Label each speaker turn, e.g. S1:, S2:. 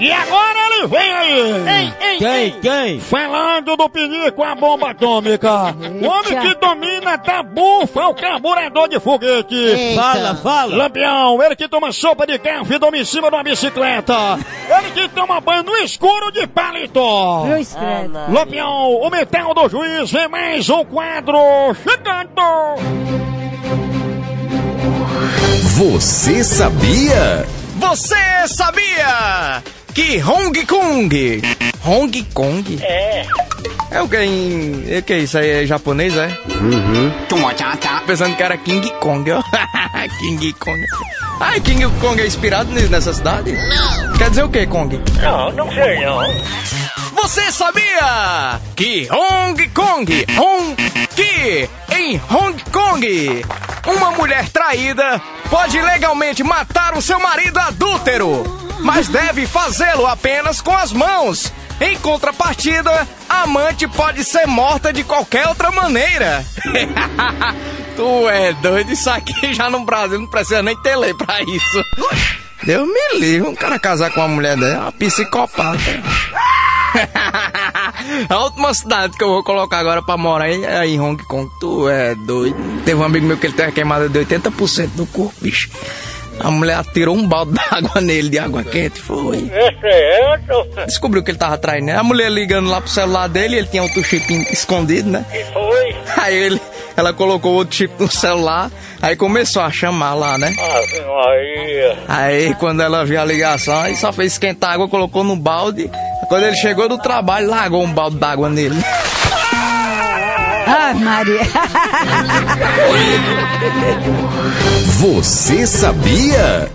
S1: E agora ele vem aí!
S2: Quem, quem?
S1: Falando do pinico com a bomba atômica! O homem que domina da bufa é o carburador de foguete!
S2: Fala, fala.
S1: Lampião, ele que toma sopa de carro e dorme em cima de uma bicicleta. Ele que toma banho no escuro de paletó.
S3: Cruz
S1: uh,
S3: credo.
S1: Lampião, o metal do juiz vem mais um quadro chegando.
S4: Você sabia?
S5: Você sabia que Hong Kong. Hong Kong? É. É o que em. é O que é isso aí? É japonês, é? Uhum. Tá Pensando que era King Kong, ó. King Kong. Ai, King Kong é inspirado nisso, nessa cidade? Não. Quer dizer o que, Kong?
S6: Não, não sei não.
S5: Você sabia que Hong Kong, Hong, que em Hong Kong, uma mulher traída pode legalmente matar o seu marido adúltero, mas deve fazê-lo apenas com as mãos. Em contrapartida, a amante pode ser morta de qualquer outra maneira. tu é doido, isso aqui já no Brasil não precisa nem ter lei pra isso. Deus me livre, um cara casar com uma mulher dela é uma psicopata. A última cidade que eu vou colocar agora pra morar em- é em Hong Kong. Tu é doido. Teve um amigo meu que ele teve uma queimada de 80% do corpo, bicho. A mulher atirou um balde d'água nele, de água quente, foi.
S6: Esse é
S5: Descobriu que ele tava traindo, né? A mulher ligando lá pro celular dele, ele tinha outro chip em- escondido, né?
S6: que foi.
S5: Aí ele, ela colocou outro chip no celular, aí começou a chamar lá, né?
S6: Ave Maria.
S5: Aí quando ela viu a ligação, aí só fez esquentar a água, colocou no balde. Quando ele chegou do trabalho, largou um balde d'água nele.
S3: Ah, Maria.
S4: Você sabia?